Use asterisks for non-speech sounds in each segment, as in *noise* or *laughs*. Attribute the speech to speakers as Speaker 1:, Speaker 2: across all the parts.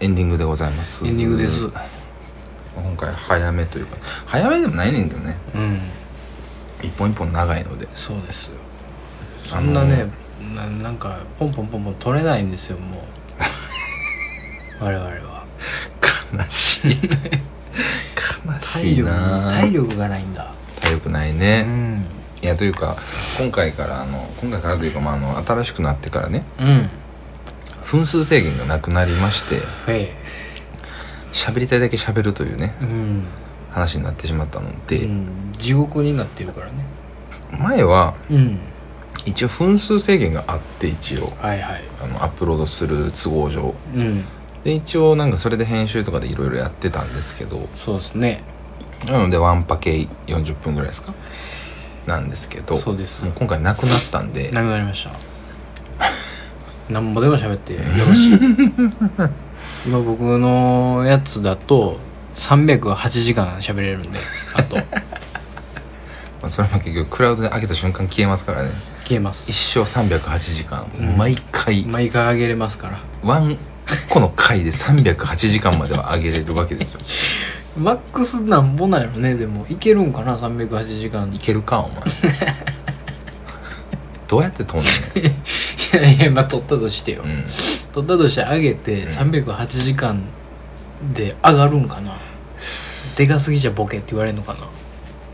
Speaker 1: エンディングでございます
Speaker 2: エンディングです
Speaker 1: 今回早めというか早めでもないねんけどね
Speaker 2: うん
Speaker 1: 一本一本長いので
Speaker 2: そうですよ
Speaker 1: あ
Speaker 2: そ
Speaker 1: の
Speaker 2: んなねななんかポンポンポンポン取れないんです
Speaker 1: *laughs*
Speaker 2: よもう我々は
Speaker 1: 悲しい悲
Speaker 2: 体
Speaker 1: しい
Speaker 2: 力
Speaker 1: な
Speaker 2: 体力がないんだ
Speaker 1: 体力ないうね、
Speaker 2: ん
Speaker 1: いやというか今回からあの今回からというか、まあ、あの新しくなってからね
Speaker 2: うん
Speaker 1: 分数制限がなくなりまして
Speaker 2: へ
Speaker 1: 喋りたいだけ喋るというね
Speaker 2: えうん、
Speaker 1: 話になってしまったの
Speaker 2: う
Speaker 1: で、
Speaker 2: ん、地獄になってるからね
Speaker 1: 前は
Speaker 2: うん
Speaker 1: 一応分数制限があって一応
Speaker 2: はいはい
Speaker 1: あのアップロードする都合上
Speaker 2: うん
Speaker 1: で一応なんかそれで編集とかでいろいろやってたんですけど
Speaker 2: そうですね
Speaker 1: なのでワンパケ40分ぐらいですかなんですけど
Speaker 2: そうです
Speaker 1: もう今回なくなったんで
Speaker 2: なくなりました
Speaker 1: *laughs*
Speaker 2: なんぼでも喋ってよ
Speaker 1: *laughs*
Speaker 2: ろしい今僕のやつだと308時間喋れるんであと
Speaker 1: まあ、それも結局クラウドで上げた瞬間消えますからね
Speaker 2: 消えます
Speaker 1: 一生308時間、毎回
Speaker 2: 毎回あげれますから
Speaker 1: ワン1個の回で308時間までは上げれるわけ
Speaker 2: *laughs*
Speaker 1: ですよ
Speaker 2: マックスなんぼなんやろねでもいけるんかな308時間
Speaker 1: い
Speaker 2: い
Speaker 1: けるかお前どうやって飛んでん
Speaker 2: やいやまあ取ったとしてよ、
Speaker 1: の、うん、
Speaker 2: 取ったとして上げて308時間で上がるんかなでかすぎじゃボケって言われるのか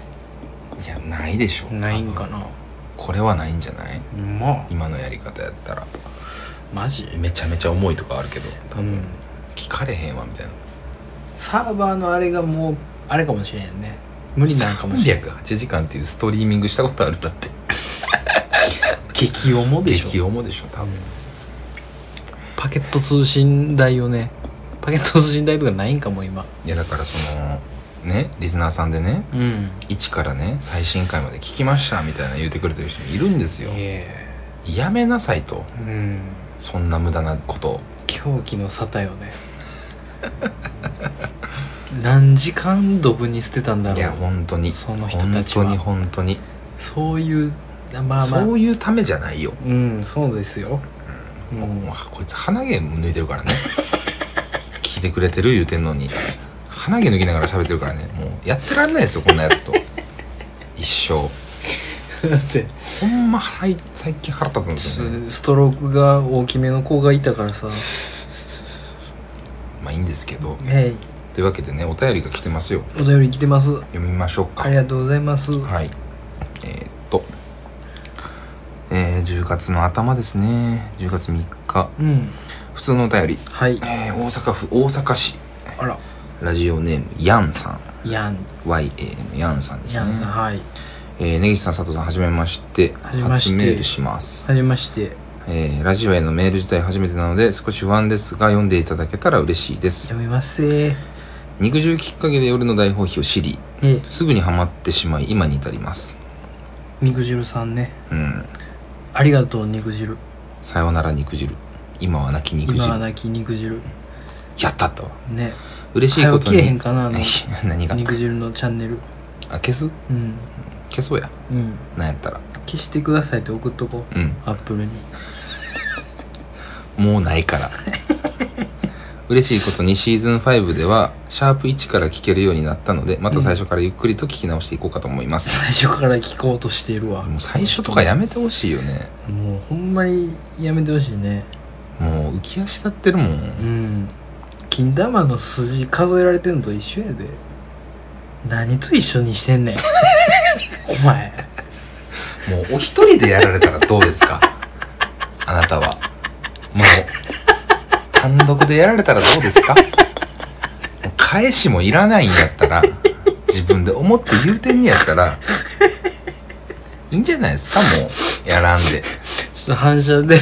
Speaker 2: *laughs*
Speaker 1: いやないでしょ
Speaker 2: なないんかな
Speaker 1: これはないんじゃない
Speaker 2: まあ
Speaker 1: 今のやり方やったら
Speaker 2: マジ
Speaker 1: めちゃめちゃ重いとかあるけど多
Speaker 2: う
Speaker 1: 分
Speaker 2: ん
Speaker 1: 聞かれへんわみたいな
Speaker 2: サーバーのあれがもうあれかもしれんね無理なんかもしれん
Speaker 1: 308時間っていうストリーミングしたことあるだって
Speaker 2: 激重でしょ
Speaker 1: 激重でしょ多分
Speaker 2: パケット通信代をねパケット通信代とかないんかも今
Speaker 1: いやだからそのねリスナーさんでね
Speaker 2: うん
Speaker 1: 1からね最新回まで聞きましたみたいな言うてくれてる人もいるんですよ
Speaker 2: え
Speaker 1: やめなさいと
Speaker 2: えうん
Speaker 1: そんな無駄なこと
Speaker 2: 狂気の沙汰よね何時間ドブに捨てたんだ
Speaker 1: いや
Speaker 2: ろう
Speaker 1: 本当に
Speaker 2: その人たち
Speaker 1: 本当
Speaker 2: は
Speaker 1: に本当に、
Speaker 2: そういうまあまあ
Speaker 1: そういうためじゃないよ
Speaker 2: うんそうですよ、うん
Speaker 1: もうこいつ鼻毛抜いてる
Speaker 2: *laughs*
Speaker 1: からね聞いてくれてる言うてんのに鼻毛抜きながら喋ってるからねもうやってらんないですよこんなや
Speaker 2: *laughs*
Speaker 1: つと一生
Speaker 2: だって
Speaker 1: ほんまはい最近腹立つんですよね
Speaker 2: ストロークが大きめの子がいたからさ
Speaker 1: まあいいんですけど
Speaker 2: はい
Speaker 1: というわけでねお便りが来てますよ
Speaker 2: お便り来てます
Speaker 1: 読みましょうか
Speaker 2: ありがとうございます
Speaker 1: はいえーっとえー10月の頭ですね10月3日
Speaker 2: うん
Speaker 1: 普通のお便り、
Speaker 2: はい
Speaker 1: えー大阪府大阪市
Speaker 2: あら
Speaker 1: ラジオネームヤンさん
Speaker 2: ヤン
Speaker 1: YA のヤンさんですね
Speaker 2: ヤンさんはい
Speaker 1: えー、根岸さん佐藤さんはじめまして
Speaker 2: はじめまして
Speaker 1: 初メールします、
Speaker 2: はじめまして
Speaker 1: えー、ラジオへのメール自体初めてなので少し不安ですが読んでいただけたら嬉しいです
Speaker 2: 読みますえ
Speaker 1: 肉汁きっかけで夜の大放棄を知り
Speaker 2: え
Speaker 1: すぐにはまってしまい今に至ります
Speaker 2: 肉汁さんね
Speaker 1: うん
Speaker 2: ありがとう肉汁
Speaker 1: さよなら肉汁今は泣き肉
Speaker 2: 今は
Speaker 1: 汁
Speaker 2: なき肉汁
Speaker 1: やったったわ
Speaker 2: ね
Speaker 1: 嬉しい
Speaker 2: 早
Speaker 1: こ
Speaker 2: 起
Speaker 1: と
Speaker 2: きれへ
Speaker 1: に
Speaker 2: んかなあの
Speaker 1: 何が
Speaker 2: 肉汁のチャンネル
Speaker 1: あ消す
Speaker 2: うん
Speaker 1: 消そうや
Speaker 2: うん
Speaker 1: なんやったら
Speaker 2: 消してくださいって送っとこ
Speaker 1: う
Speaker 2: う
Speaker 1: ん
Speaker 2: アップルに
Speaker 1: もうないから *laughs* 嬉しいことにシーズン5ではシャープ1から聞けるようになったのでまた最初からゆっくりと聞き直していこうかと思います、
Speaker 2: 最初から聞こうとしているわ
Speaker 1: もう最初とかやめてほしいよね
Speaker 2: もうほんまにやめてほしいね
Speaker 1: もう浮き足立ってるもん、
Speaker 2: うん金玉の筋数えられてんのと一緒やで何と一緒にしてん *laughs* ねんお前
Speaker 1: もうお一人でやられたらどうですかあなたはもう単独でやられたらどうですかもう返しもいらないんやったら自分で思って言うてんねやったらいいんじゃないですかもうやらんで
Speaker 2: ちょっと反射で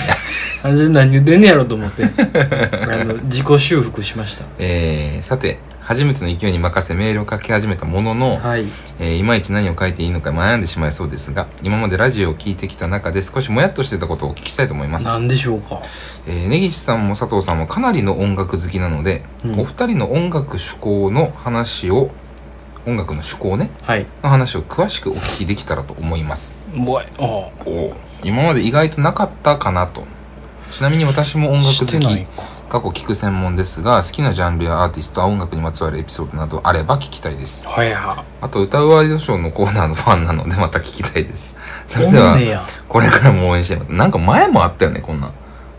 Speaker 2: 反射で何言ってんねやろと思って *laughs* あの自己修復しました
Speaker 1: えー、さて初めての勢いに任せメールを書き始めたものの、
Speaker 2: はい
Speaker 1: えーいまいち何を書いていいのか悩んでしまいそうですが今までラジオを聞いてきた中で少しもやっとしてたことをお聞きしたいと思います、
Speaker 2: 何でしょうか
Speaker 1: えー、根岸さんも佐藤さんもかなりの音楽好きなので、
Speaker 2: うん
Speaker 1: お二人の音楽趣向の話を音楽の趣向ね
Speaker 2: はい
Speaker 1: の話を詳しくお聞きできたらと思います
Speaker 2: おいあ
Speaker 1: お今まで意外となかったかなとちなみに私も音
Speaker 2: あ
Speaker 1: 楽
Speaker 2: 知
Speaker 1: 好
Speaker 2: ってない
Speaker 1: き
Speaker 2: か
Speaker 1: 過去聞く専門ですが、好きなジャンルやアーティストは音楽にまつわるエピソードなどあれば聞きたいです。
Speaker 2: はいは
Speaker 1: あと、歌うワイドショーのコーナーのファンなのでまた聞きたい
Speaker 2: *laughs*
Speaker 1: です。それで
Speaker 2: お
Speaker 1: は
Speaker 2: んね、や
Speaker 1: これからも応援しています。なんか前もあったよね、こんなん。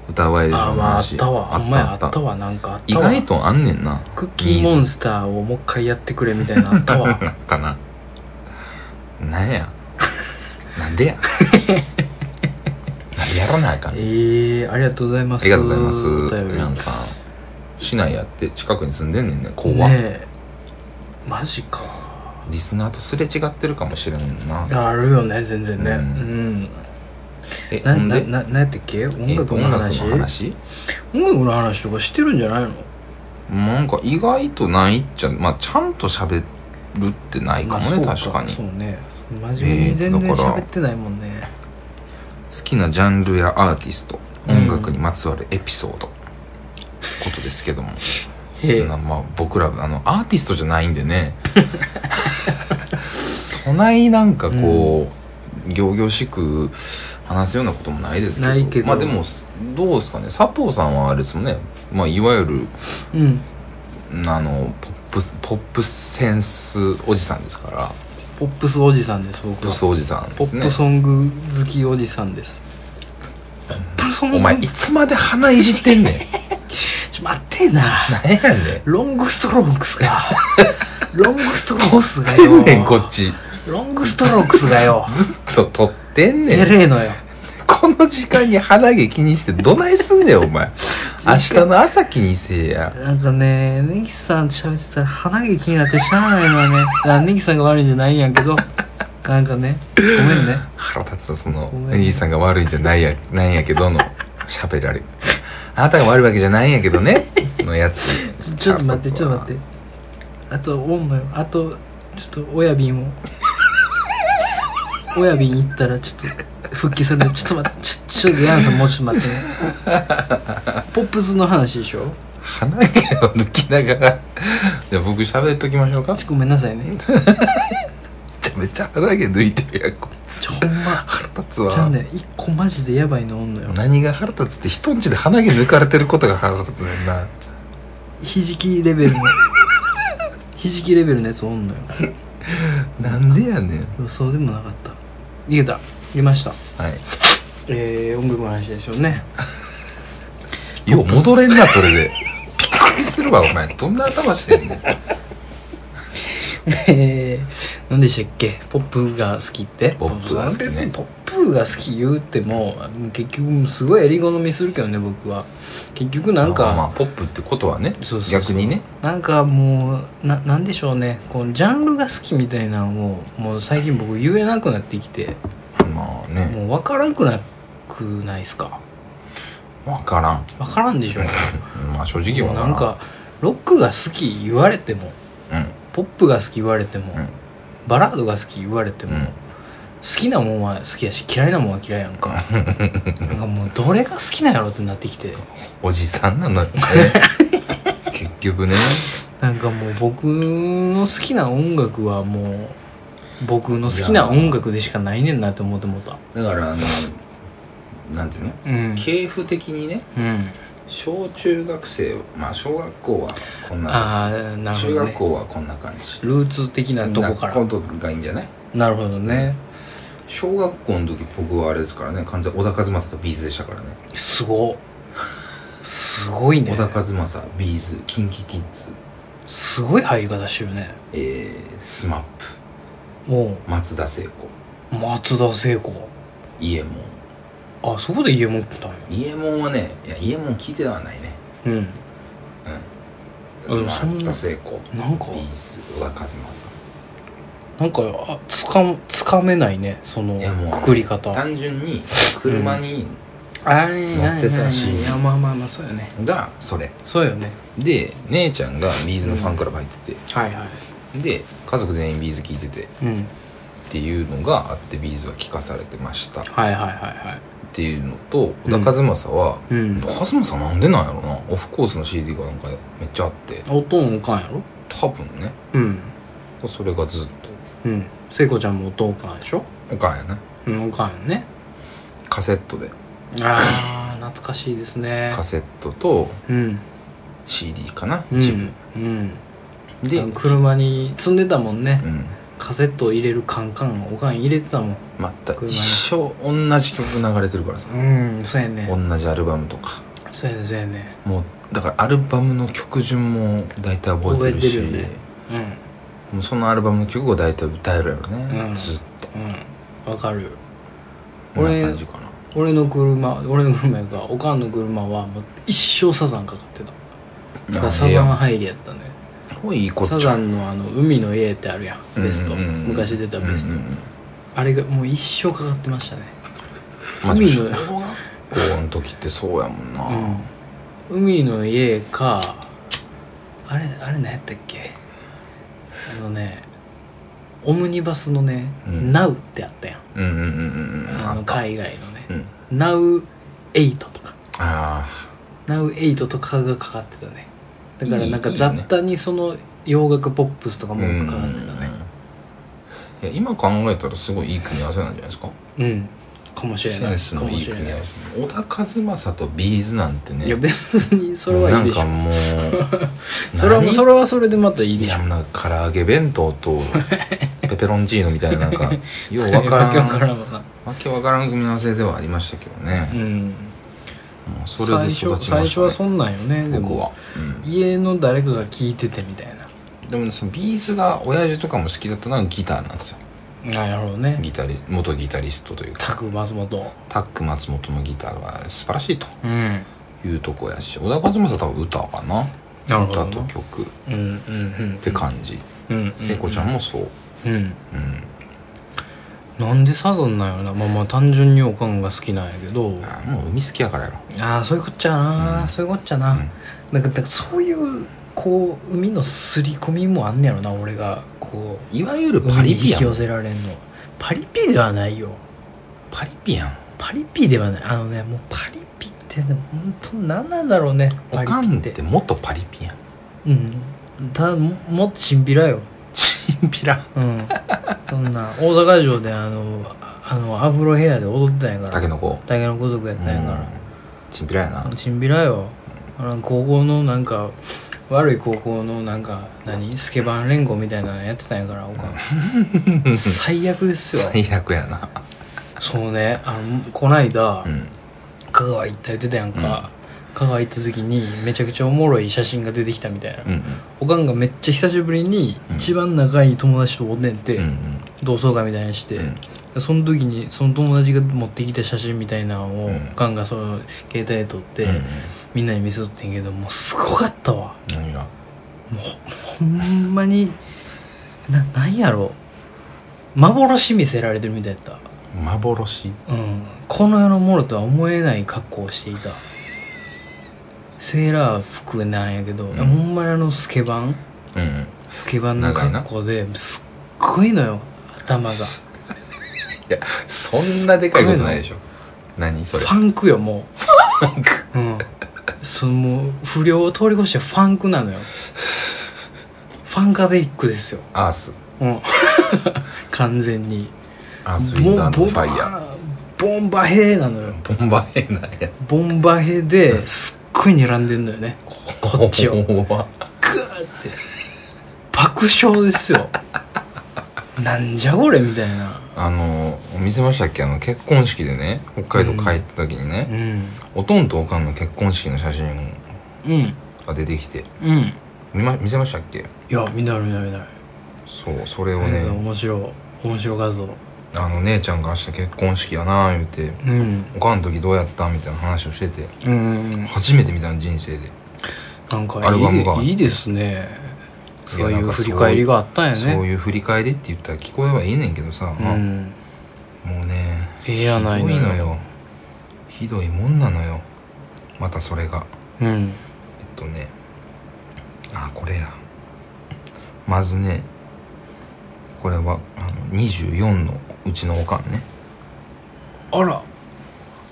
Speaker 1: 歌うワイドショ
Speaker 2: あ
Speaker 1: ー
Speaker 2: ー
Speaker 1: の
Speaker 2: まああっ
Speaker 1: 話。
Speaker 2: たわ
Speaker 1: あ
Speaker 2: お
Speaker 1: っ
Speaker 2: 前
Speaker 1: た
Speaker 2: あ
Speaker 1: あっ
Speaker 2: った
Speaker 1: た。
Speaker 2: わなんかあった
Speaker 1: 意
Speaker 2: わ
Speaker 1: 外とあんねん
Speaker 2: *laughs*
Speaker 1: な。
Speaker 2: クッキーモンスターをもう一回やってくれみたいなのあっ
Speaker 1: *laughs*
Speaker 2: たわ
Speaker 1: あったな。なんや。なん
Speaker 2: *laughs*
Speaker 1: でや。なんでやらないかん。あ
Speaker 2: ええー、ありがとうございます
Speaker 1: りがとうござい
Speaker 2: お
Speaker 1: ま
Speaker 2: 便
Speaker 1: す。
Speaker 2: り
Speaker 1: ヤンさん。市内やって近くに住んでんねんね。怖っ、
Speaker 2: ねえマジか
Speaker 1: リスナーとすれ違ってるかもしれんな。
Speaker 2: あるよね全然ね
Speaker 1: う
Speaker 2: うん、
Speaker 1: え、
Speaker 2: な
Speaker 1: ほん
Speaker 2: な
Speaker 1: で、
Speaker 2: ななんやったっけ音
Speaker 1: えっと
Speaker 2: 楽の話,、
Speaker 1: 音楽の話
Speaker 2: 音楽の話とかしてるんじゃないの
Speaker 1: なんか意外とないっちゃ、まあちゃんと喋るってないか
Speaker 2: まあ
Speaker 1: もね、確
Speaker 2: そう
Speaker 1: かに。
Speaker 2: そ
Speaker 1: 好
Speaker 2: うね真面目に全
Speaker 1: え
Speaker 2: 然
Speaker 1: ーだから
Speaker 2: 喋ってないもんね、
Speaker 1: きなジャンルやアーティスト、
Speaker 2: うん
Speaker 1: 音楽にまつわるエピソード、ことですけど
Speaker 2: *laughs*
Speaker 1: も。そんな、まあ僕ら、あの、アーティストじゃないんでね。 *laughs* そないなんかこう、仰々しく話すようなこともないですけど。
Speaker 2: ないけど
Speaker 1: まあでも、どうですかね。佐藤さんはあれですもんね。まあいわゆる、
Speaker 2: うん
Speaker 1: あの、ポップ、ポップセンスおじさんですから。
Speaker 2: ポップスおじさんです僕
Speaker 1: ポッ
Speaker 2: は
Speaker 1: プスおじさん
Speaker 2: ポ
Speaker 1: です
Speaker 2: ッ
Speaker 1: ね
Speaker 2: プソング好きおじさんですポップソング
Speaker 1: お前いつまで鼻いじ
Speaker 2: *laughs*
Speaker 1: ってんねん
Speaker 2: ちょ待ってな
Speaker 1: 何やねん
Speaker 2: ロングストロークス
Speaker 1: *laughs*
Speaker 2: がロングストロークスが
Speaker 1: 撮ってんねん
Speaker 2: よ
Speaker 1: こっち
Speaker 2: ロングストロークスがよ
Speaker 1: ずっと撮ってんね
Speaker 2: え
Speaker 1: ん
Speaker 2: れえのよ
Speaker 1: この時間に鼻毛気にしてどないす
Speaker 2: *laughs*
Speaker 1: んねんお前明日の朝気にせえや
Speaker 2: なんかね、ネギさんと喋ってたら鼻毛気になってしゃあないのよね。あネギさんが悪いんじゃないんやけど、なんかね、ごめんね。
Speaker 1: 腹立つなその
Speaker 2: ごめんね
Speaker 1: 兄さんが悪いんじゃないやなんやけどの喋られあなたが悪いわけじゃないんやけどねのや
Speaker 2: ち
Speaker 1: つ
Speaker 2: ょちょっと待って、ちょっと待
Speaker 1: っ
Speaker 2: って。あと、おんのよ。あと、ちょっと親
Speaker 1: *laughs*
Speaker 2: 便を。親便行ったらちょっと復帰するんで、ちょっと待って、ちょ、ちょっとヤンさんもうちょっと待って
Speaker 1: *laughs*
Speaker 2: ね。ポップスの話でしょ
Speaker 1: て鼻毛を抜きながらじゃあ僕喋っときましょうかめ
Speaker 2: ごめんなさ
Speaker 1: *laughs*
Speaker 2: いね。
Speaker 1: ちゃめちゃ鼻毛抜いてるやんこいつ
Speaker 2: ちょ、ほんま。
Speaker 1: 腹立つわ
Speaker 2: じゃあね、一個マジでやばいのおんのよ。
Speaker 1: 何が腹立つって人んちで鼻毛抜かれてることが腹立つねんな
Speaker 2: ひじきレ
Speaker 1: *laughs*
Speaker 2: ベルのひじきレベルのやつおんのよ
Speaker 1: なんでやねん
Speaker 2: でもそうでもなかった逃げた逃げました
Speaker 1: はい
Speaker 2: えー、音楽の話でしょうね
Speaker 1: よう戻れんなそれでびっくりするわお前どんな頭してんの
Speaker 2: えー、 *laughs* 何でしたっけポップが好きって
Speaker 1: ポップが好きね
Speaker 2: 別にポップが好き言うても結局すごい襟好みするけどね僕は結局なんか、
Speaker 1: まあまあポップってことはね
Speaker 2: そうそうそう
Speaker 1: 逆にね
Speaker 2: なんかもうななんでしょうねこのジャンルが好きみたいなのをもう最近僕言えなくなってきて
Speaker 1: まあね
Speaker 2: もう分からんくなくないですか
Speaker 1: わからん
Speaker 2: 分からん
Speaker 1: *laughs*
Speaker 2: でしょ
Speaker 1: まあ正直は
Speaker 2: なんかロックが好き言われても
Speaker 1: う
Speaker 2: ポップが好き言われても、
Speaker 1: んうん
Speaker 2: バラードが好き言われても、
Speaker 1: うん
Speaker 2: 好きなもんは好きやし嫌いなもんは嫌いやん
Speaker 1: *laughs*
Speaker 2: かなんかもうどれが好きなんやろってなってきて
Speaker 1: おじさんな *laughs* のよね結局ね
Speaker 2: なんかもう僕の好きな音楽はもう僕の好きな音楽でしかないねんなって思ってもうた
Speaker 1: だからあのなんていうの
Speaker 2: うん、
Speaker 1: 系譜的にね
Speaker 2: うん、
Speaker 1: 小中学生まあ小学校はこんな
Speaker 2: ああなる
Speaker 1: 中
Speaker 2: ほど、
Speaker 1: 学
Speaker 2: ね、
Speaker 1: 校はこんな感じ
Speaker 2: ルーツ的なとこか
Speaker 1: コ
Speaker 2: ら
Speaker 1: ントがいいんじゃない
Speaker 2: なるほどね
Speaker 1: 小学校の時僕はあれですからね完全に小田和正とビーズでしたからね
Speaker 2: すごっすごいね
Speaker 1: 小田和正ビーズキンキキッズ
Speaker 2: すごい入り方してるね
Speaker 1: えー、スマップ
Speaker 2: もう
Speaker 1: 松田聖子
Speaker 2: 松田聖子
Speaker 1: 伊右衛門
Speaker 2: あそこで家持ってたんや
Speaker 1: 伊右衛門はねいや伊右衛門聞いてはないね
Speaker 2: うんうんそんな
Speaker 1: 松田聖子
Speaker 2: なんか
Speaker 1: ビーズ小田和正
Speaker 2: なんかあつかんつかめないねその
Speaker 1: いやもう
Speaker 2: くくり方あ
Speaker 1: 単純に車に
Speaker 2: あ
Speaker 1: 乗ってたし
Speaker 2: いやまあまあまあそうよね
Speaker 1: がそれ
Speaker 2: そうよね
Speaker 1: で姉ちゃんがビーズのファンクラブ入ってて、
Speaker 2: はいはい
Speaker 1: で家族全員ビーズ聞いてて
Speaker 2: うん
Speaker 1: っていうのがあってビーズは聞かされてましたっ
Speaker 2: はいはいはいはい
Speaker 1: ていうのと小田和正は、
Speaker 2: うん
Speaker 1: 小田和正なんでなんやろなオフコースの CD がなんかめっちゃあって
Speaker 2: おとんおかんやろ
Speaker 1: 多分ね
Speaker 2: うん
Speaker 1: それがずっ
Speaker 2: うん聖子ちゃんもおとんおかんでしょ
Speaker 1: とおかんやな
Speaker 2: うんおかんよね
Speaker 1: カセットで
Speaker 2: ああ懐かしいですね
Speaker 1: カセットと
Speaker 2: うん
Speaker 1: CD かな、
Speaker 2: うん
Speaker 1: 一部
Speaker 2: うん
Speaker 1: で、
Speaker 2: あ
Speaker 1: う
Speaker 2: の
Speaker 1: ん
Speaker 2: 車に積んでたもんね、カセットを入れるカンカンおかん入れてたもん
Speaker 1: また
Speaker 2: 車に
Speaker 1: 一生同じ曲流れてるからさ
Speaker 2: うんそうやね
Speaker 1: 同じアルバムとか
Speaker 2: そうやねそうやね
Speaker 1: もうだからアルバムの曲順も大体覚えてるし
Speaker 2: 覚えてるよね
Speaker 1: もうそのアルバムの曲を大体歌えるやろね、
Speaker 2: うん
Speaker 1: ずっと
Speaker 2: うんうんわかる
Speaker 1: こんな
Speaker 2: 俺
Speaker 1: 感じかな
Speaker 2: 俺の車俺の車やからおかんの車はもう一生サザンかかってただからサ
Speaker 1: い
Speaker 2: ザン
Speaker 1: や
Speaker 2: 入りやったね
Speaker 1: もういいこっちゃ
Speaker 2: サザンのあの海の家ってあるやんベスト、
Speaker 1: うんうんうん
Speaker 2: 昔出たベスト、
Speaker 1: うんうんうん
Speaker 2: あれがもう一生かかってましたね
Speaker 1: まあ、
Speaker 2: 海
Speaker 1: で
Speaker 2: の
Speaker 1: も小学校の時ってそうやもんな、
Speaker 2: うん、海の家かあれあれ何やったっけあのねオムニバスのね「
Speaker 1: う
Speaker 2: NOW
Speaker 1: ん
Speaker 2: ってあったやん
Speaker 1: うんうんうんうん
Speaker 2: あの海外のね
Speaker 1: うん
Speaker 2: 「NOW8」とか
Speaker 1: あ
Speaker 2: 「NOW8」とかがかかってたねだからなんか
Speaker 1: いいいいよね
Speaker 2: 雑多にその洋楽ポップスとか
Speaker 1: あ
Speaker 2: もかかってたね
Speaker 1: いや今考えたらすごいいい組み合わせなんじゃないですか
Speaker 2: うん、かもしれ
Speaker 1: セ
Speaker 2: な
Speaker 1: ン
Speaker 2: い
Speaker 1: ス
Speaker 2: か
Speaker 1: の
Speaker 2: も
Speaker 1: いい
Speaker 2: しれ
Speaker 1: 組み
Speaker 2: ない
Speaker 1: 合わせ小田和正とビーズなんてね
Speaker 2: いや別にそれはいいでしょ
Speaker 1: なんかもう
Speaker 2: *laughs* それは
Speaker 1: 何
Speaker 2: それはそれでまたいいで
Speaker 1: い
Speaker 2: しょ
Speaker 1: やなんか唐揚げ弁当
Speaker 2: *laughs*
Speaker 1: とペペロンチーノみたいななんかようわか
Speaker 2: わけわからら
Speaker 1: ん
Speaker 2: んわな
Speaker 1: わけわからん組み合わせではありましたけど
Speaker 2: う
Speaker 1: ね、
Speaker 2: ん
Speaker 1: もうそれで育ちましたね
Speaker 2: 最初最初はそんなんよねで
Speaker 1: 僕
Speaker 2: も
Speaker 1: は、うん
Speaker 2: 家の誰かが聞いててみたいな
Speaker 1: でもねそのビーズが親父とかも好きだったのはギターなんですよ
Speaker 2: なるほどね
Speaker 1: ギタリ元ギタリストというか
Speaker 2: タク松本
Speaker 1: タック松本のギターが素晴らしいと
Speaker 2: うんうん
Speaker 1: いうとこやし小田和正は多分歌かな
Speaker 2: なるほど
Speaker 1: 歌
Speaker 2: な
Speaker 1: と曲っ
Speaker 2: うんうん
Speaker 1: て感じ
Speaker 2: うん
Speaker 1: 聖子、ちゃんもそう
Speaker 2: うん
Speaker 1: うん
Speaker 2: なんでサザンなんやろなまあまあ単純におかんが好きなんやけど
Speaker 1: あーもう海好きやからやろ
Speaker 2: ああそういうこっちゃな、
Speaker 1: うん
Speaker 2: そういうこっちゃな、
Speaker 1: うん
Speaker 2: なんかなんかそういうこう海のすり込みもあんねやろな俺がこ
Speaker 1: いわゆる
Speaker 2: う
Speaker 1: パリ
Speaker 2: 海に
Speaker 1: ピ
Speaker 2: 引
Speaker 1: や
Speaker 2: き寄
Speaker 1: ん
Speaker 2: せられんのはパリピではないよ
Speaker 1: パリピやん
Speaker 2: パリピではないあのねもうパリピってね本当何なんだろうね
Speaker 1: おか
Speaker 2: パリピ
Speaker 1: んってもっとパリピやん
Speaker 2: うんただももっとチンピラよ
Speaker 1: チンピラ
Speaker 2: うん *laughs* そんな大阪城であのああのアフロヘアで踊ってたんやから
Speaker 1: タケノコ
Speaker 2: 竹の子族やっ
Speaker 1: う
Speaker 2: た
Speaker 1: ん
Speaker 2: んやから、
Speaker 1: チンピラやな
Speaker 2: チンビラよあの高校のなんか悪い高校のなんか何スケバン連合みたいなのやってたんやからおか
Speaker 1: *laughs*
Speaker 2: ん最悪ですよ
Speaker 1: 最悪やな
Speaker 2: そうねあのこないだ
Speaker 1: うん
Speaker 2: 香川行った言ってたやんか、香川行った時にめちゃくちゃおもろい写真が出てきたみたいな、
Speaker 1: うんうん
Speaker 2: おかんがめっちゃ久しぶりに一番仲いい友達とおんねんて、
Speaker 1: うんうん
Speaker 2: 同窓会みたいにして、
Speaker 1: うん
Speaker 2: その時にその友達が持ってきた写真みたいなのを、
Speaker 1: うん
Speaker 2: おかんがその携帯で撮って、
Speaker 1: うんうん
Speaker 2: みんなに見せとってんけどもうすごかったわ
Speaker 1: 何が
Speaker 2: ほんまにななんやろ幻見せられてるみたいやった
Speaker 1: 幻
Speaker 2: うんこの世のものとは思えない格好をしていたセーラー服なんやけど、
Speaker 1: ん
Speaker 2: ほんまにあのスケバン
Speaker 1: うんうん
Speaker 2: スケバンの格好ですっごいのよ頭が
Speaker 1: いやそんなでかいことないでしょ何それ
Speaker 2: ファンクよもうファンクうんそのもう不良を通り越してファンクなのよファンカデイックですよ
Speaker 1: アース
Speaker 2: うん *laughs* 完全に
Speaker 1: アースウィ
Speaker 2: ボ
Speaker 1: ン
Speaker 2: ン
Speaker 1: ダー
Speaker 2: ボ
Speaker 1: の
Speaker 2: ン
Speaker 1: フ
Speaker 2: バ
Speaker 1: ァイヤ
Speaker 2: ーボンバヘーなのよ
Speaker 1: ーボンバーエなんや
Speaker 2: ボンバヘーですっごい睨んでんのよねこっ
Speaker 1: *laughs*
Speaker 2: ちをグ
Speaker 1: 怖
Speaker 2: ーって爆笑ですよなんじゃこれみたいな
Speaker 1: あの見せましたっけあの結婚式でね北海道帰った時に
Speaker 2: う
Speaker 1: ね、
Speaker 2: ん
Speaker 1: おとんとおかんの結婚式の写真
Speaker 2: うん
Speaker 1: が出てきて
Speaker 2: うんい
Speaker 1: 見,、ま、見せましたっけ
Speaker 2: や見た見た見た
Speaker 1: そうそれを
Speaker 2: なんか
Speaker 1: ね
Speaker 2: 面白い面白画像
Speaker 1: あの姉ちゃんが明日結婚式やなあ言うて
Speaker 2: うん
Speaker 1: おかんの時どうやったみたいな話をしてて
Speaker 2: うん
Speaker 1: 初めて見たの人生で、
Speaker 2: なんか
Speaker 1: アルバ
Speaker 2: いい
Speaker 1: ム
Speaker 2: で
Speaker 1: がある
Speaker 2: いいですねそうい
Speaker 1: なん
Speaker 2: う
Speaker 1: か
Speaker 2: 振り返りがあったんやね
Speaker 1: そういう振り返りって言ったら聞こえはいいねんけどさ、
Speaker 2: うん
Speaker 1: もうね
Speaker 2: ええやない
Speaker 1: ひど
Speaker 2: の
Speaker 1: い
Speaker 2: よ
Speaker 1: のよひどいもんなのよまたそれが
Speaker 2: うん
Speaker 1: えっとねあこれやまずねこれはあの24のうちのおかんね
Speaker 2: あら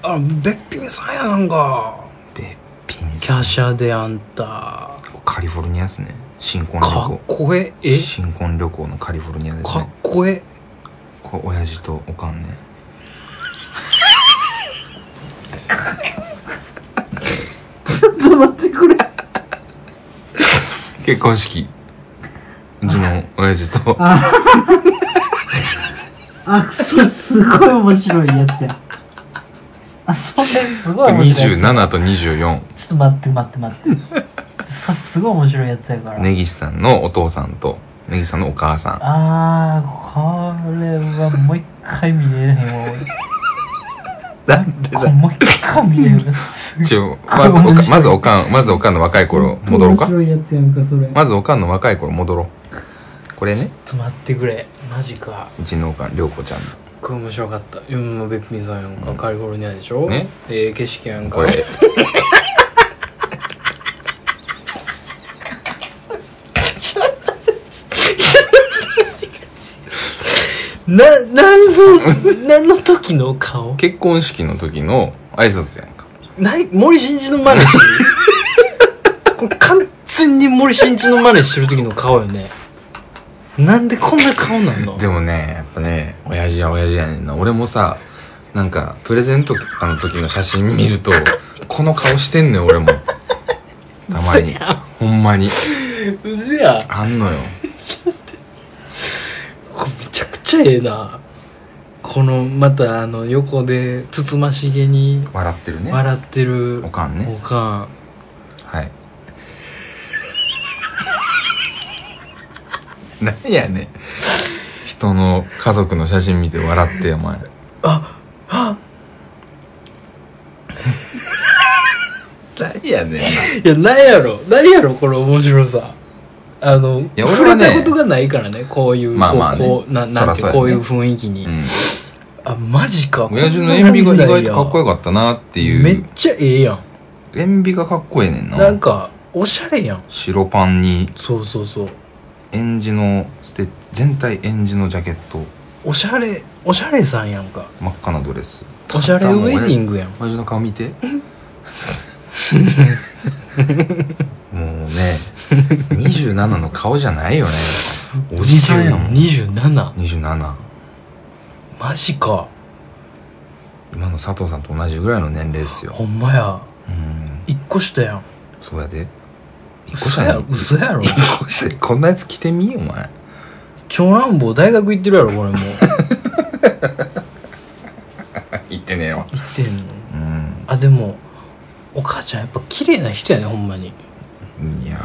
Speaker 2: あべっぴんさんやんか
Speaker 1: べっぴん
Speaker 2: キャ
Speaker 1: さん
Speaker 2: シャであんた
Speaker 1: カリフォルニアですね新婚旅
Speaker 2: かっ
Speaker 1: 行
Speaker 2: こええ
Speaker 1: 新婚旅行のカリフォルニアです
Speaker 2: か
Speaker 1: ね
Speaker 2: っこえ
Speaker 1: これ親父とおかんね
Speaker 2: ちょっと待ってくれ
Speaker 1: 結婚式。うちの親父と。
Speaker 3: あ、そう、すごい面白いやつや。 *laughs* あ、それすごい面白いやつ。
Speaker 1: 27と24。
Speaker 3: ちょっと待って待って待って。それすごい面白いやつやから。
Speaker 1: 根岸さんのお父さんと、根岸さんのお母さん。
Speaker 3: あー、これはもう一回見れるへんわ、
Speaker 1: なんで
Speaker 3: 俺これ
Speaker 1: だ
Speaker 3: もう一回見れる。すっ
Speaker 1: ちょ、まずおか、まずおかん、まずおかんの若い頃、戻ろうか
Speaker 3: 面。白いやつやんか、それ。
Speaker 1: まずおかんの若い頃戻ろう。これね、
Speaker 2: ちょっと待ってくれマジか
Speaker 1: うちのおかん、りょうこちゃん
Speaker 2: すっごい面白かった今もべっぴんさんやんか、カリフォルニアでしょ
Speaker 1: ね
Speaker 2: ええ景色やん
Speaker 1: の。
Speaker 2: か
Speaker 1: これ、
Speaker 2: な何の何の時の顔
Speaker 1: 結婚式の時の挨拶やんか。
Speaker 2: ない森進一の真似してる *laughs* これ完全に森進一の真似してる時の顔よねなんでこんな顔なんの
Speaker 1: でもね、やっぱね、親父は親父やねんな。俺もさ、なんか、プレゼントとかの時の写真見る
Speaker 2: *laughs*
Speaker 1: と、この顔してんのよ、俺も。たまに
Speaker 2: 嘘やん。
Speaker 1: ほんまに。
Speaker 2: うぜや
Speaker 1: あんのよ。
Speaker 2: これめちゃくちゃええなこのまたあの横でつつましげに
Speaker 1: 笑ってるね。
Speaker 2: 笑ってる
Speaker 1: おかん
Speaker 2: お
Speaker 1: ね。
Speaker 2: かん
Speaker 1: はい。なんやねん。人の家族の写真見て笑って、お前。
Speaker 2: あ
Speaker 1: *laughs* なんやねん。
Speaker 2: いやなんやろなんやろこの面白さあの、
Speaker 1: や
Speaker 2: 触
Speaker 1: 俺は
Speaker 2: れ
Speaker 1: ね
Speaker 2: たことがないからねこういう
Speaker 1: まあまあね
Speaker 2: こうこうな
Speaker 1: そ
Speaker 2: なん
Speaker 1: ら
Speaker 2: て
Speaker 1: そうやね
Speaker 2: こういう雰囲気に、
Speaker 1: うん。
Speaker 2: あマジか
Speaker 1: 親父の塩ビが意外とかっこよ
Speaker 2: かっ
Speaker 1: かったなって
Speaker 2: た
Speaker 1: い
Speaker 2: めっ
Speaker 1: う。
Speaker 2: ちゃええやん
Speaker 1: 塩ビがかっこええねんな。
Speaker 2: なんかおしゃれやん
Speaker 1: 白パンに、
Speaker 2: そうそうそう
Speaker 1: エンジの、ステ全体エンジのジャケット、
Speaker 2: おしゃれおしゃれさんやんか
Speaker 1: 真っ赤なドレス。
Speaker 2: おしゃれウェディングやん
Speaker 1: 親父の顔見てもうね27の顔じゃないよねおじさんやもん
Speaker 2: 27
Speaker 1: 27
Speaker 2: マジか
Speaker 1: 今の佐藤さんと同じぐらいの年齢っすよ
Speaker 2: ほんまや
Speaker 1: うん
Speaker 2: 一個下やん
Speaker 1: そうやで一個
Speaker 2: 嘘
Speaker 1: 下や
Speaker 2: や
Speaker 1: ろ
Speaker 2: 嘘やろ
Speaker 1: 一個下こんなやつ着てみお前
Speaker 2: 長男坊大学行ってるやろ
Speaker 1: *laughs*
Speaker 2: これもう
Speaker 1: 言ってねえわ
Speaker 2: 行ってんの
Speaker 1: うん
Speaker 2: あでもお母ちゃんやっぱ綺麗な人やねほんまに
Speaker 1: いや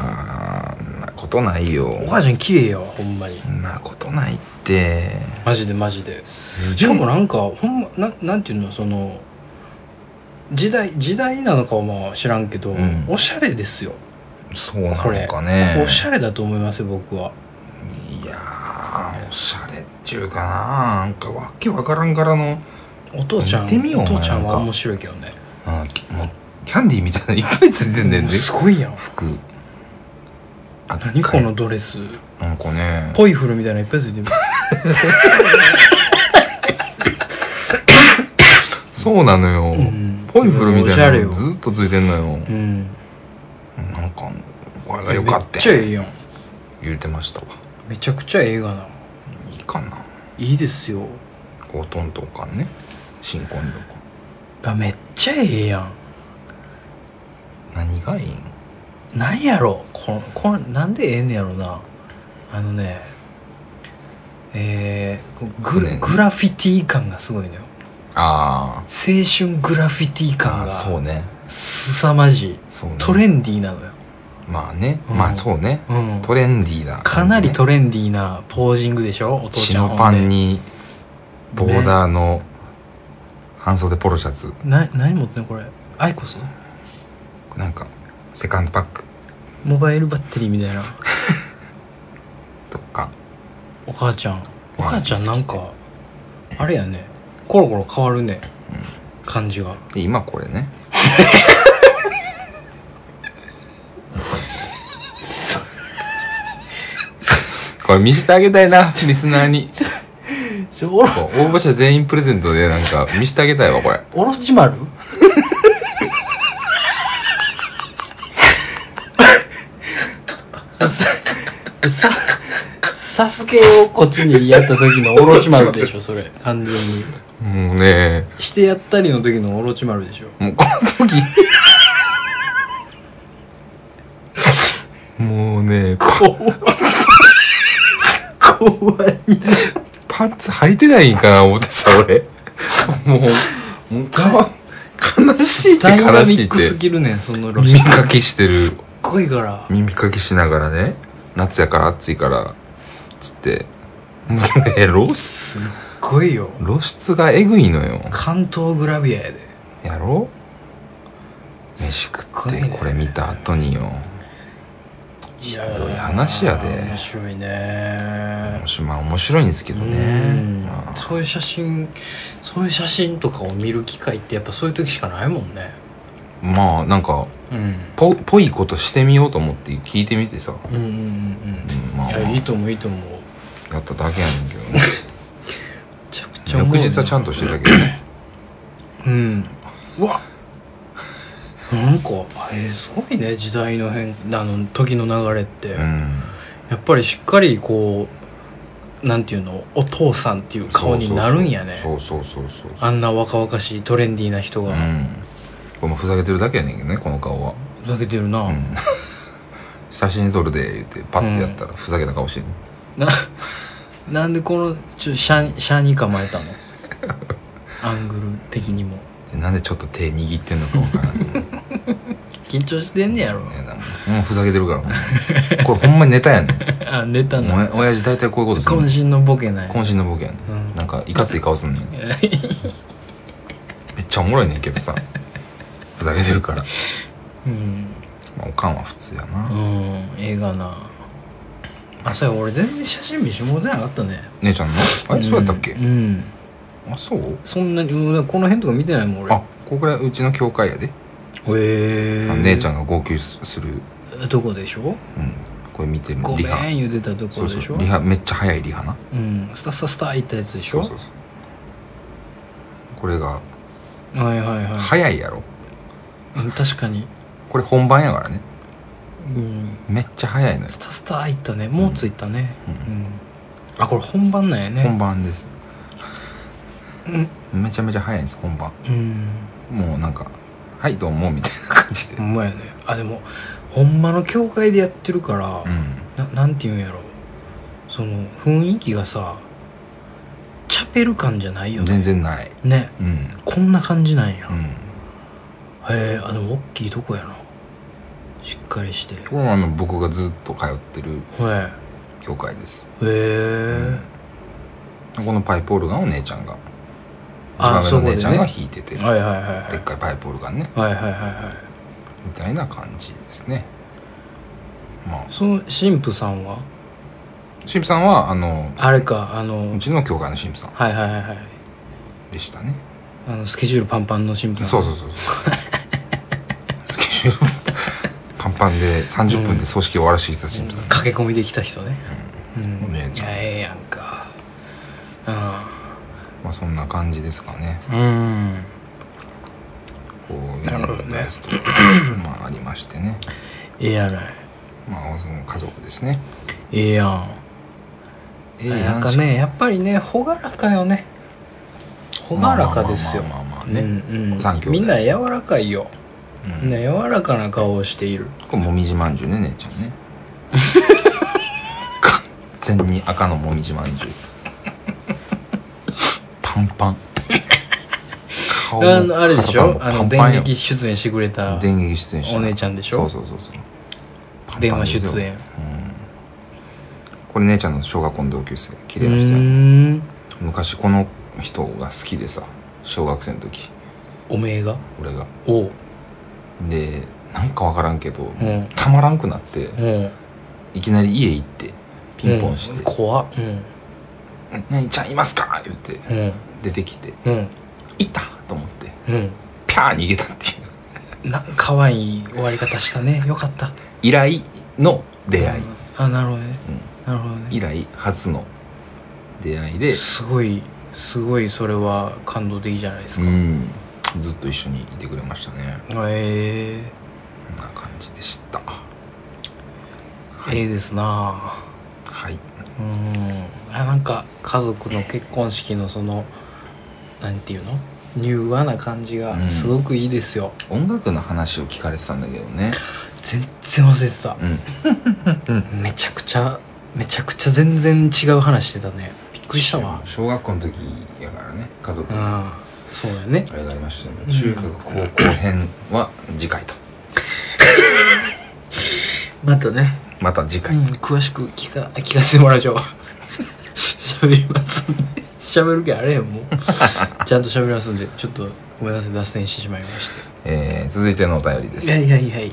Speaker 1: ーそんなことないよ
Speaker 2: お母ちゃん綺麗やわほんまに
Speaker 1: そんなことないって
Speaker 2: マジでマジですし
Speaker 1: げ
Speaker 2: か
Speaker 1: え
Speaker 2: もなんかほんまななんていうのその時代時代なのかはまあ知らんけど、
Speaker 1: うん
Speaker 2: おしゃれですよ、
Speaker 1: そうなのかね
Speaker 2: おしゃれだと思いますよ僕はい
Speaker 1: やーおしゃれっちゅうかななんかわけわからんからの
Speaker 2: お父ちゃん
Speaker 1: 見てみよう
Speaker 2: お父ちゃん
Speaker 1: お前なん
Speaker 2: は
Speaker 1: か
Speaker 2: 面白いけどね
Speaker 1: あきもうキャンディーみたいなのいっぱいついてんねんで
Speaker 2: すごいやん
Speaker 1: 服あ
Speaker 2: 何このドレス
Speaker 1: なんかね
Speaker 2: ポイフルみたいなのいっぱいついてる
Speaker 1: そうなのよ、
Speaker 2: うん
Speaker 1: ポイフルみたいなの
Speaker 2: おしゃれ
Speaker 1: ずっとついてんのよ、
Speaker 2: うん
Speaker 1: なんかこれがよかっ
Speaker 2: めっちゃ
Speaker 1: て
Speaker 2: ええやん
Speaker 1: 言うてましたわ
Speaker 2: めちゃくちゃええがない
Speaker 1: いかない
Speaker 2: いですよ
Speaker 1: こうトントンかね新婚旅行
Speaker 2: あめっちゃええやん
Speaker 1: 何がいいん
Speaker 2: なんやろここなんでええねやろなあのねえーこうグラ、
Speaker 1: ね
Speaker 2: グラフィティ感がすごいのよ
Speaker 1: あー
Speaker 2: 青春グラフィティ感
Speaker 1: あ
Speaker 2: が
Speaker 1: そうね
Speaker 2: すさまじい
Speaker 1: そうね
Speaker 2: トレンディーなのよ、
Speaker 1: まあね、
Speaker 2: うん
Speaker 1: まあそうね
Speaker 2: うん、
Speaker 1: トレンディーな感じね、
Speaker 2: かなりトレンディーなポージングでしょお父
Speaker 1: 血
Speaker 2: ちゃん
Speaker 1: のパン
Speaker 2: に
Speaker 1: にボーダーの半袖ポロシャツ
Speaker 2: な何持ってんのこれアイコス
Speaker 1: なんかセカンドパック
Speaker 2: モバイルバッテリーみたいな
Speaker 1: とか
Speaker 2: お母ちゃんお
Speaker 1: わあ
Speaker 2: 母ちゃんなんかあれやねコロコロ変わるね、感じが
Speaker 1: で今これね
Speaker 2: *laughs*
Speaker 1: これ見せてあげたいなリスナーに
Speaker 2: おろ
Speaker 1: こう応募者全員プレゼントでなんか見せてあげたいわこれ
Speaker 2: おろち *laughs* 丸さサスケをこっちにやった時のおろち丸でしょそれ完全に
Speaker 1: もうね
Speaker 2: してやったりの時のおろち丸でしょ
Speaker 1: もうこの時もうもうね、こ
Speaker 3: 怖い。
Speaker 1: パンツ履いてないんかな思ってさ、俺。もう、もうかわ、悲しいって
Speaker 2: ダイナ
Speaker 1: 悲
Speaker 2: ミ
Speaker 1: しい
Speaker 2: ッ
Speaker 1: っ
Speaker 2: クす
Speaker 1: て。
Speaker 2: ぎるねんその露
Speaker 1: 耳
Speaker 2: 出
Speaker 1: かきしてる。
Speaker 2: 濃いから
Speaker 1: 耳かきしながらね夏やから暑いからつってもうね露出
Speaker 2: すっごいよ
Speaker 1: 露出がえぐいのよ
Speaker 2: 関東グラビアやで
Speaker 1: やろ飯食
Speaker 2: ごい
Speaker 1: って
Speaker 2: ね
Speaker 1: これ見た後によ
Speaker 2: い
Speaker 1: どういう話やで
Speaker 2: 面白いね
Speaker 1: もしまあ面白いんですけどね
Speaker 2: うんそういう写真そういう写真とかを見る機会ってやっぱそういう時しかないもんね
Speaker 1: まあなんか
Speaker 2: うん
Speaker 1: ぽぽいことしてみようと思って聞いてみてさ、
Speaker 2: うんうんうん
Speaker 1: うんま
Speaker 2: うん
Speaker 1: あ
Speaker 2: い
Speaker 1: や
Speaker 2: やいいと思ういいと思うめ
Speaker 1: っただけやねんけどね
Speaker 2: ちゃくちゃ
Speaker 1: 翌日はちゃんと
Speaker 2: と
Speaker 1: してたけどね
Speaker 2: うんうわなんかえーすごいね時代の変あの時の流れって、
Speaker 1: うん
Speaker 2: やっぱりしっかりこうなんていうのお父さんっていう顔になるんやね
Speaker 1: そうそうそうそうそう
Speaker 2: あんな若々しいトレンディーな人
Speaker 1: う
Speaker 2: が、
Speaker 1: んこれもふざけてるだけやねんけどねこの顔は
Speaker 2: ふざけてるな、
Speaker 1: うん写真撮るで言ってパッてやったらふざけた顔してる、
Speaker 2: な *laughs* なんでこのちょシャシャに構えたのアングル的にも
Speaker 1: でなんでちょっと手握ってんのかわからんね
Speaker 2: 緊張してんねやろ
Speaker 1: なんかもうふざけてるからほんまにこれほんまにネタやねん
Speaker 2: あ寝たの
Speaker 1: お親父大体こういうことする
Speaker 2: 渾身のボケない
Speaker 1: 渾身のボケやね
Speaker 2: うん
Speaker 1: んなんかいかつい顔すん
Speaker 2: *laughs*
Speaker 1: ねんめっちゃおもろいねんけどさふざけてるから、
Speaker 2: うん
Speaker 1: まあ、おかんは普通や
Speaker 2: う
Speaker 1: なん
Speaker 2: 映画なあそうや俺全然写真見してもらってなかったね
Speaker 1: 姉ちゃんのあれそうやったっけ
Speaker 2: うん、うん
Speaker 1: あそう
Speaker 2: そんなにもうこの辺とか見てないもん俺
Speaker 1: あここらうちの教会やで
Speaker 2: へえ
Speaker 1: あの姉ちゃんが号泣すする、うん、
Speaker 2: んどこでしょ
Speaker 1: これ見てる
Speaker 2: ご
Speaker 1: の
Speaker 2: め
Speaker 1: リハ
Speaker 2: ん言うてたとこ
Speaker 1: そ
Speaker 2: ろ
Speaker 1: う
Speaker 2: でし
Speaker 1: そ
Speaker 2: ょ
Speaker 1: うリハめっちゃ早いリハな
Speaker 2: うんスタスタスタ行ったやつでしょ
Speaker 1: そうそうそうこれが
Speaker 2: はいはいはい、
Speaker 1: 早いやろ
Speaker 2: うん確かに、
Speaker 1: これ本番やからね
Speaker 2: うん、
Speaker 1: めっちゃ早いのよ
Speaker 2: スタスタ行ったねもう着いたねうん、あこれ本番なんやね
Speaker 1: 本番ですめちゃめちゃ早いんです本番
Speaker 2: うん
Speaker 1: もうなんか「はいどうも」みたいな感じで
Speaker 2: ほんまやねあでもほんまの教会でやってるから、
Speaker 1: うん
Speaker 2: ななんて言うんやろその雰囲気がさチャペル感じゃないよね
Speaker 1: 全然ない
Speaker 2: ね
Speaker 1: うん
Speaker 2: こんな感じなんや、
Speaker 1: う
Speaker 2: へ
Speaker 1: ん
Speaker 2: えあでも大きいとこやなしっかりしてへ
Speaker 1: これはあの僕がずっと通ってる
Speaker 2: え
Speaker 1: 教会です
Speaker 2: へえ、
Speaker 1: このパイプオルガンを姉ちゃんが一
Speaker 2: あ
Speaker 1: 番上の
Speaker 2: そこでね
Speaker 1: 姉ちゃんが弾いてて、
Speaker 2: はいはいはい
Speaker 1: でっかいパイプオルガンね
Speaker 2: はいはいはいはい
Speaker 1: みたいな感じですねまあ
Speaker 2: その神父さんは
Speaker 1: 神父さんはあの
Speaker 2: あれかあの
Speaker 1: うちの教会の神父さん
Speaker 2: はいはいはいはい
Speaker 1: でしたね
Speaker 2: あのスケジュールパンパンの神父さん
Speaker 1: そうそうそうそう
Speaker 2: *laughs*
Speaker 1: スケジュールパンパンで30分で葬式終わらせてきた神父さん、
Speaker 2: 駆け込みできた人ねうん、
Speaker 1: お姉ちゃん
Speaker 2: いやええやんか
Speaker 1: まあそんな感じですかね
Speaker 2: うんうん
Speaker 1: こう
Speaker 2: なるほど
Speaker 1: いう
Speaker 2: ね
Speaker 1: のですとまあありましてね
Speaker 2: ええやない
Speaker 1: まあその家族ですね
Speaker 2: ええやん
Speaker 1: ええ
Speaker 2: なんかねやっぱりね朗らかよね朗らかですよ
Speaker 1: まあまあまあまあまあ
Speaker 2: ね、
Speaker 1: ね、
Speaker 2: うんうん
Speaker 1: 三兄弟
Speaker 2: みんな柔らかいよ、みんな柔らかな顔をしている
Speaker 1: これもみじまんじゅうね姉ちゃんね完全に赤のもみじまんじゅうパンパン顔も
Speaker 2: あのあれでしょ
Speaker 1: 体も
Speaker 2: あの
Speaker 1: パンパン
Speaker 2: 電
Speaker 1: よ
Speaker 2: 撃出演してくれた
Speaker 1: 電撃出演した
Speaker 2: お姉ちゃんでしょ
Speaker 1: そうそうそうそうパンパンですよ
Speaker 2: 電話出演
Speaker 1: これ姉ちゃんの小学校の同級生綺麗
Speaker 2: う
Speaker 1: な人や
Speaker 2: ーん
Speaker 1: 昔この人が好きでさ小学生の時
Speaker 2: おめえが
Speaker 1: 俺が
Speaker 2: おう
Speaker 1: でなんかわからんけど、
Speaker 2: うん
Speaker 1: たまらんくなって
Speaker 2: うん
Speaker 1: いきなり家行ってピンポンし
Speaker 2: うん
Speaker 1: て
Speaker 2: 怖っうん
Speaker 1: 「姉ちゃんいますか?」言って
Speaker 2: うん
Speaker 1: 出てきて
Speaker 2: うん
Speaker 1: 「いた!」と思って
Speaker 2: う
Speaker 1: ピャー逃げたっていうん
Speaker 2: な可愛い終わり方したねよかった
Speaker 1: 以来の出会い、
Speaker 2: あなるほどね、なるほどね
Speaker 1: 以来初の出会いです
Speaker 2: ごいすごいそれは感動的じゃないです
Speaker 1: う
Speaker 2: か、
Speaker 1: んずっと一緒にいてくれましたね
Speaker 2: ええ
Speaker 1: こんな感じでした
Speaker 2: ええですな
Speaker 1: はい
Speaker 2: うんあなんか家族の結婚式のそのなんていうの柔和な感じがすごくいいですよ、
Speaker 1: 音楽の話を聞かれてたんだけどね
Speaker 2: 全然忘れてた、
Speaker 1: うん
Speaker 2: めちゃくちゃめちゃくちゃ全然違う話してたねびっくりしたわ
Speaker 1: 小学校の時やからね家族
Speaker 2: う
Speaker 1: あ
Speaker 2: んそうだよね
Speaker 1: れがありましたね
Speaker 2: うん
Speaker 1: 中学高校編は次回と
Speaker 2: またね、
Speaker 1: また次
Speaker 2: う
Speaker 1: 回、
Speaker 2: ん、詳しく聞か聞かせてもらいましょう *laughs* 喋りますんで喋る気あれへん *laughs* もうちゃんと喋りますんでちょっとごめんなさい脱線してしまいまし
Speaker 1: えー続いてのお便りで
Speaker 2: ていやい
Speaker 1: す
Speaker 2: やいやい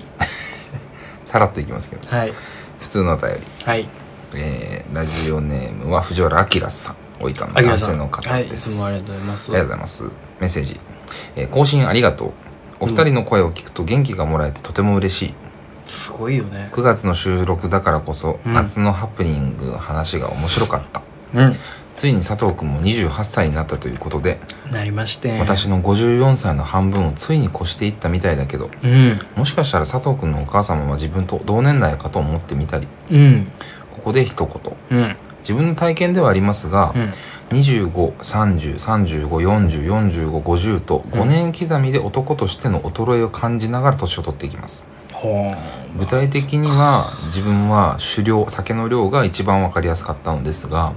Speaker 1: さらっといきますけど
Speaker 2: はい
Speaker 1: 普通のお便り
Speaker 2: はい
Speaker 1: えーラジオネームは藤原明さん大分の
Speaker 2: あきら
Speaker 1: 男
Speaker 2: さ
Speaker 1: 性
Speaker 2: ん
Speaker 1: の方
Speaker 2: はいい
Speaker 1: で
Speaker 2: つ
Speaker 1: す、
Speaker 2: もあり
Speaker 1: あ
Speaker 2: がとうございます
Speaker 1: りがとうございますメッセージ、えー更新ありがとうお二人の声を聞くと元気がもらえてとても嬉しい
Speaker 2: すごいよね
Speaker 1: 9月の収録だからこそ、
Speaker 2: うん
Speaker 1: 夏のハプニングの話が面白かった
Speaker 2: うん
Speaker 1: ついに佐藤君も28歳になったということで、
Speaker 2: なりまして
Speaker 1: 私の54歳の半分をついに越していったみたいだけど
Speaker 2: うん
Speaker 1: もしかしたら佐藤君のお母様は自分と同年代かと思ってみたり
Speaker 2: うん
Speaker 1: ここで一言
Speaker 2: うん
Speaker 1: 自分の体験ではありますが、
Speaker 2: うん
Speaker 1: 253035404550と5年刻みで男としての衰えを感じながら年を取っていきます
Speaker 2: ほ
Speaker 1: 具体的には自分は酒量酒の量が一番分かりやすかったのですが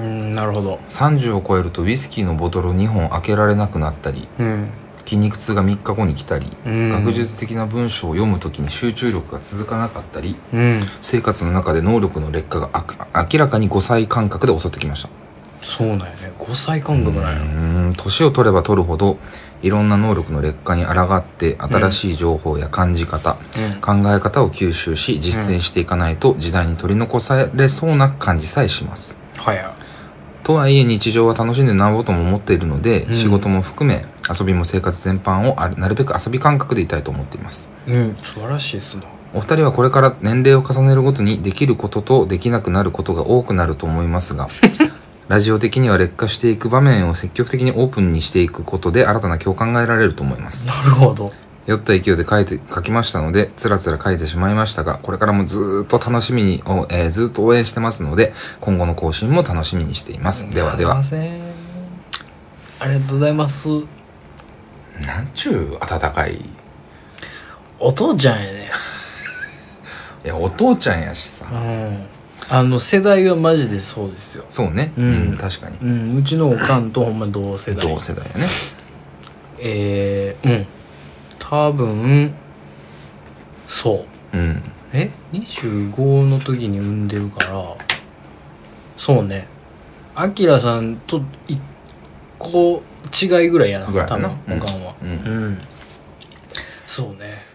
Speaker 2: ーうんなるほど
Speaker 1: 30を超えるとウイスキーのボトルを2本開けられなくなったり
Speaker 2: うん
Speaker 1: 筋肉痛が3日後に来たり、
Speaker 2: うん
Speaker 1: 学術的な文章を読むときに集中力が続かなかったり
Speaker 2: うん
Speaker 1: 生活の中で能力の劣化があ明らかに5歳感覚で襲ってきました
Speaker 2: そうなんやね5歳感覚なん
Speaker 1: う
Speaker 2: や
Speaker 1: ーん年を取れば取るほどいろんな能力の劣化に抗って新しい情報や感じ方、
Speaker 2: うん
Speaker 1: 考え方を吸収し実践していかないと時代に取り残されそうな感じさえします
Speaker 2: はや
Speaker 1: とはいえ日常は楽しんでなんぼとも思っているので、
Speaker 2: うん
Speaker 1: 仕事も含め遊びも生活全般をあるなるべく遊び感覚でいたいと思っています
Speaker 2: うん素晴らしいっすな
Speaker 1: お二人はこれから年齢を重ねるごとにできることとできなくなることが多くなると思いますがラジオ的には劣化していく場面を積極的にオープンにしていくことで新たな今日考えられると思います
Speaker 2: なるほど
Speaker 1: 酔った勢いで書いて書きましたのでつらつら書いてしまいましたがこれからもずーっと楽しみに、おえーずーっと応援してますので今後の更新も楽しみにしていますではです
Speaker 2: いま
Speaker 1: は
Speaker 2: せんありがとうございます
Speaker 1: なんちゅう温かいい
Speaker 2: お父ちゃんやね
Speaker 1: やお父ちゃんやしさ、
Speaker 2: うんあの世代はマジでそうですよ
Speaker 1: そうねう
Speaker 2: うんん、
Speaker 1: 確かに
Speaker 2: うんうちのおかんとほんま同世代
Speaker 1: 同世代やね
Speaker 2: えー、うん多分そう
Speaker 1: うん
Speaker 2: え25の時に産んでるからそうねアキラさんと一個違いぐらいやな
Speaker 1: ぐらい
Speaker 2: 多
Speaker 1: や
Speaker 2: 分
Speaker 1: な
Speaker 2: おかんは
Speaker 1: うん
Speaker 2: うん、そうね